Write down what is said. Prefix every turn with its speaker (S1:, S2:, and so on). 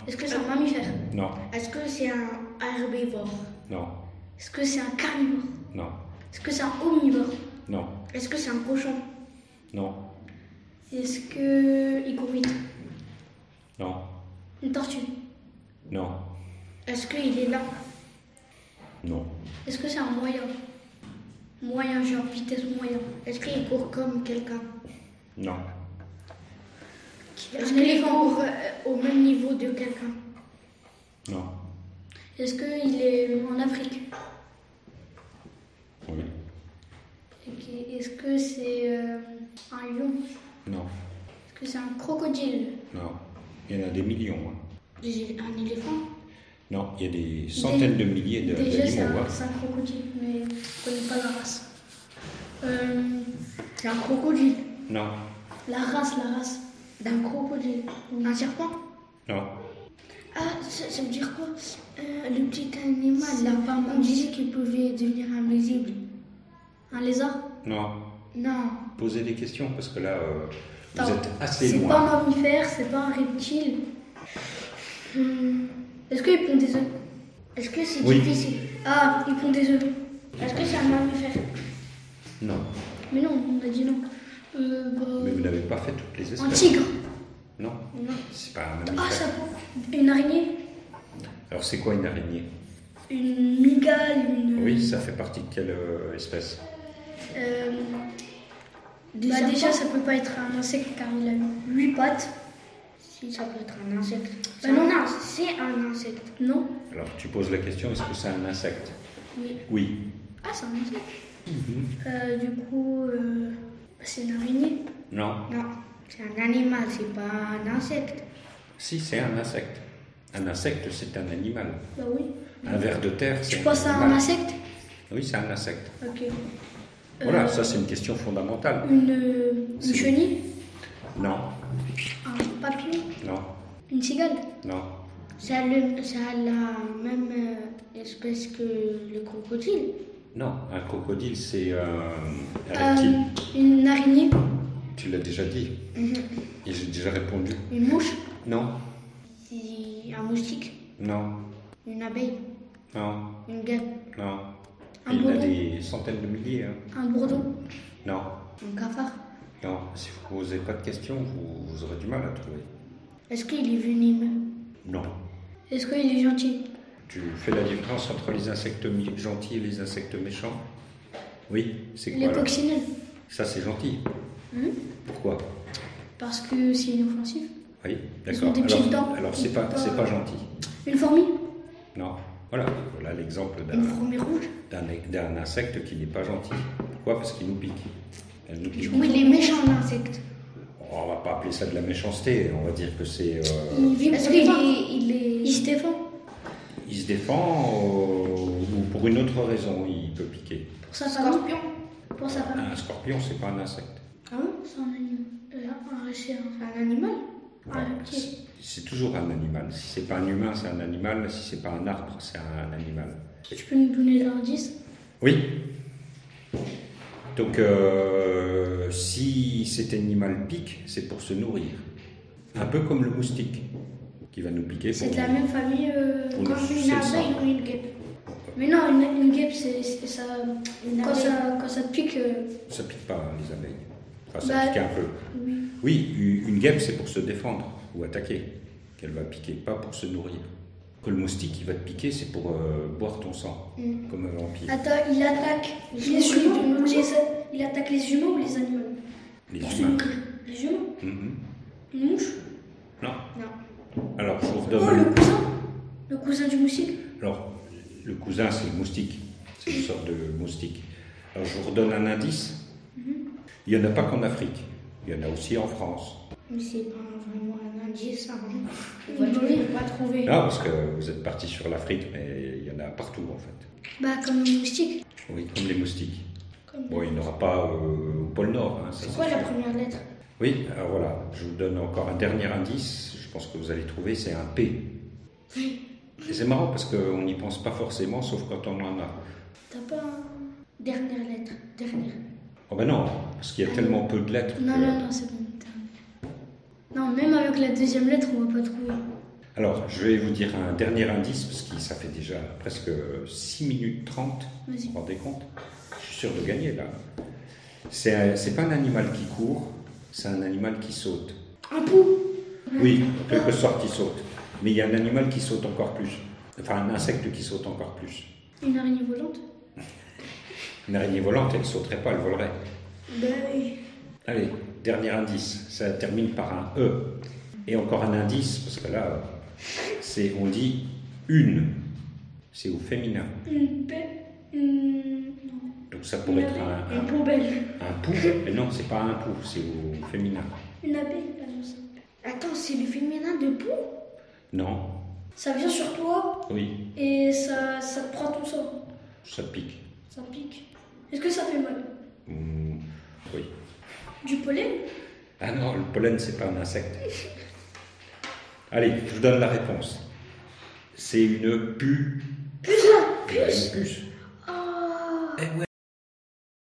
S1: Euh, que c'est un mammifère
S2: Non,
S1: Est-ce que c'est un herbivore
S2: non,
S1: Est-ce que c'est un carnivore
S2: non,
S1: Est-ce que c'est un omnivore
S2: non,
S1: Est-ce que c'est un cochon
S2: non,
S1: Est-ce que il court vite
S2: non,
S1: Une tortue
S2: non,
S1: Est-ce qu'il est là
S2: non,
S1: Est-ce que c'est un moyen Moyen, genre vitesse moyen. Est-ce qu'il court comme quelqu'un
S2: non,
S1: Est-ce qu'il court euh, au même niveau de quelqu'un
S2: non,
S1: Est-ce qu'il est en Afrique
S2: oui,
S1: Ok, Est-ce que c'est euh, un lion
S2: non,
S1: Est-ce que c'est un crocodile
S2: non. Il y en a des millions. hein.
S1: J'ai Un éléphant
S2: Non, il y a des centaines de milliers de-
S1: Déjà, c'est
S2: d'animaux.
S1: un,
S2: hein.
S1: c'est un crocodile, mais je connais pas la race. Euh, c'est un crocodile.
S2: Non,
S1: La race, la race d'un crocodile. Un serpent
S2: non,
S1: Ah, ça, ça veut dire quoi Euh, Le petit animal, là, on disait qu'il pouvait devenir invisible. Un lézard
S2: non.
S1: Non.
S2: Posez des questions parce que là, euh, vous
S1: Attends,
S2: êtes assez
S1: C'est pas
S2: loin.
S1: un mammifère, c'est pas un reptile. Hum, Est-ce qu'il pond des œufs Est-ce que c'est
S2: Oui.
S1: difficile Ah, il pond des œufs. Est-ce que c'est un mammifère
S2: Non,
S1: Mais non, on a dit non. Euh,
S2: mais vous
S1: bah...
S2: n'avez pas fait toutes les
S1: Un
S2: espèces.
S1: tigre
S2: Non,
S1: Non.
S2: c'est pas un
S1: Ah, ça
S2: mammifère.
S1: Une araignée
S2: Alors c'est quoi une araignée
S1: Une mygale Une...
S2: Oui, ça fait partie de quelle euh, espèce
S1: Euh, bah déjà, ça peut pas être un insecte car il a huit pattes.
S3: Si ça peut être un insecte. Ben
S1: Bah non, non,
S3: c'est un insecte.
S1: Non
S2: Alors tu poses la question, est-ce que c'est un insecte
S1: Oui.
S2: Oui.
S1: Ah, c'est un insecte.
S2: Mhm.
S1: Euh, du coup, euh, bah, c'est une araignée.
S2: Non.
S3: Non, c'est un animal, c'est pas un insecte.
S2: Si, c'est un insecte. Un insecte, c'est un animal.
S1: Bah oui.
S2: Un ver de terre, c'est
S1: Tu penses à un
S2: animal.
S1: insecte
S2: Oui, c'est un insecte.
S1: Ok.
S2: Voilà,
S1: Euh,
S2: ça c'est une question fondamentale.
S1: Une, euh, une
S2: C'est-
S1: chenille
S2: Non,
S1: Un papillon
S2: non,
S1: Une cigale
S2: non,
S3: Ça a, le- ça a la même euh, espèce que le crocodile.
S2: non. Un crocodile, c'est euh, un reptile.
S1: Euh, Une araignée
S2: Tu l'as déjà dit.
S1: Mm-hmm.
S2: Et j'ai déjà répondu.
S3: Une mouche
S2: Non,
S3: C'est un moustique.
S2: non,
S3: Une abeille.
S2: non,
S3: Une gale.
S2: non.
S1: Un
S2: Il y en a
S1: bourdon.
S2: des centaines de milliers. hein.
S1: Un bourdon
S2: Non,
S3: Un cafard.
S2: non. Si vous posez pas de questions, vous, vous aurez du mal à trouver.
S3: Est-ce qu'il est venimeux
S2: Non.
S1: Est-ce qu'il est gentil
S2: Tu fais la différence entre les insectes mi- gentils et les insectes méchants Oui, c'est quoi
S1: Les
S2: alors
S1: coccinelles
S2: Ça, c'est gentil.
S1: Hmm
S2: Pourquoi
S1: Parce que c'est inoffensif.
S2: Oui,
S1: ont
S2: d'accord.
S1: des petites
S2: Alors,
S1: dents.
S2: alors c'est
S1: Ils
S2: pas,
S1: peuvent
S2: c'est
S1: pas-
S2: pas gentil.
S1: Une fourmi
S2: Non. Voilà, voilà l'exemple d'un,
S3: Une fourmi rouge
S2: d'un- e-, d'un insecte qui n'est pas gentil. Pourquoi Parce qu'il nous pique. Elle nous pique.
S3: Oui, il est méchant l'insecte.
S2: On va pas appeler ça de la méchanceté. On va dire que c'est. euh,
S1: Il vit
S3: Est-ce
S1: pour
S3: qu'il
S1: vivre.
S3: est, il est-
S1: Il se défend.
S2: il se défend euh, ou pour une autre raison, il peut piquer.
S1: Pour sa famille. Pour sa famille.
S2: Un scorpion, c'est pas un insecte.
S3: Ah bon
S1: C'est un animal. Euh, un c'est un-
S3: Un animal
S1: Ah, ok.
S2: c'est- C'est toujours un animal. Si c'est pas un humain, c'est un animal. Si c'est pas un arbre, c'est un animal.
S1: Tu peux nous donner l'indice
S2: Oui. Donc, euh, si cet animal pique, c'est pour se nourrir. Un peu comme le moustique qui va nous piquer.
S1: C'est
S2: Pour...
S1: de la même famille euh,
S2: Pour
S1: comme
S2: nous
S1: une
S2: sucer le
S1: abeille
S2: sang.
S1: ou une guêpe. Mais non, une, une guêpe, c'est c'est- ça.
S3: Une
S1: Quand
S3: abeille.
S1: ça, quand ça te pique, euh,
S2: Ça pique pas les abeilles. Enfin, ça
S1: Bah,
S2: pique un peu.
S1: oui.
S2: Oui, u- une guêpe, c'est pour se défendre ou attaquer. Qu'elle va piquer, pas pour se nourrir. Que le moustique qui va te piquer, c'est pour euh, boire ton sang,
S1: Mm.
S2: comme un vampire.
S1: Attends, il attaque
S3: Je
S1: les
S3: suis
S1: humains
S3: d'une
S1: ou les, il attaque les humains ou les animaux
S2: Les
S1: Pour se
S2: humains.
S1: nourrir. Les humains
S2: Mhm.
S1: Une mouche
S2: Non.
S3: Non.
S2: Alors, je vous
S1: Oh,
S2: redonne.
S1: le cousin Le cousin du moustique
S2: Alors, le cousin, c'est le moustique. C'est une sorte de moustique. Alors, je vous redonne un indice.
S1: Mhm.
S2: Il n'y en a pas qu'en Afrique. Il y en a aussi en France.
S3: Mais c'est pas vraiment un indice, ça. hein.
S1: On va trouver.
S3: On va trouver.
S2: Là, Ah, parce que vous êtes parti sur l'Afrique, mais il y en a partout, en fait.
S1: Bah, comme le moustique.
S2: Oui, comme les moustiques.
S1: Comme-
S2: Bon, il n'y en aura pas euh, au pôle Nord. hein, ça,
S3: C'est quoi la
S2: sûr.
S3: première lettre
S2: Oui, alors voilà. Je vous donne encore un dernier indice. Je pense que vous allez trouver, c'est un P. Et c'est marrant parce qu'on n'y pense pas forcément, sauf quand on en a.
S1: T'as pas un-
S3: Dernière lettre. Dernière.
S2: Oh ben non, parce qu'il y a tellement peu de lettres.
S1: Non,
S2: que-
S1: non, non, c'est bon. terminé. Non, même avec la deuxième lettre, on va pas trouver.
S2: Alors, je vais vous dire un dernier indice, parce que ça fait déjà presque 6 minutes 30.
S1: Vas-y.
S2: Vous vous rendez compte Je suis sûr de gagner là. C'est un- c'est pas un animal qui court, c'est un animal qui saute.
S1: Un pou
S2: Oui, en
S1: Ah,
S2: quelque sorte, il saute. Mais il y a un animal qui saute encore plus. Enfin, un insecte qui saute encore plus.
S1: Une araignée volante
S2: Une araignée volante, elle ne sauterait pas, elle volerait.
S1: Ben oui.
S2: Allez, dernier indice. Ça termine par un E. Et encore un indice, parce que là, c'est on dit une. C'est au féminin.
S1: Une belle. Une. Non.
S2: Donc ça pourrait être un,
S1: Une
S2: un,
S1: poubelle.
S2: un pou. Mais non, c'est pas un pou, c'est au féminin.
S1: Une abeille, là, je sais. Attends, c'est le féminin de pou
S2: Non,
S1: Ça vient sur toi
S2: oui,
S1: et ça, ça te prend ton sang.
S2: ça pique.
S1: Ça pique. Est-ce que ça fait mal
S2: Hum, oui.
S1: Du pollen
S2: Ah non, le pollen, c'est pas un insecte. Allez, je vous donne la réponse. C'est une pu.
S1: Putain
S2: Une puce.
S1: Oh
S2: Eh ouais.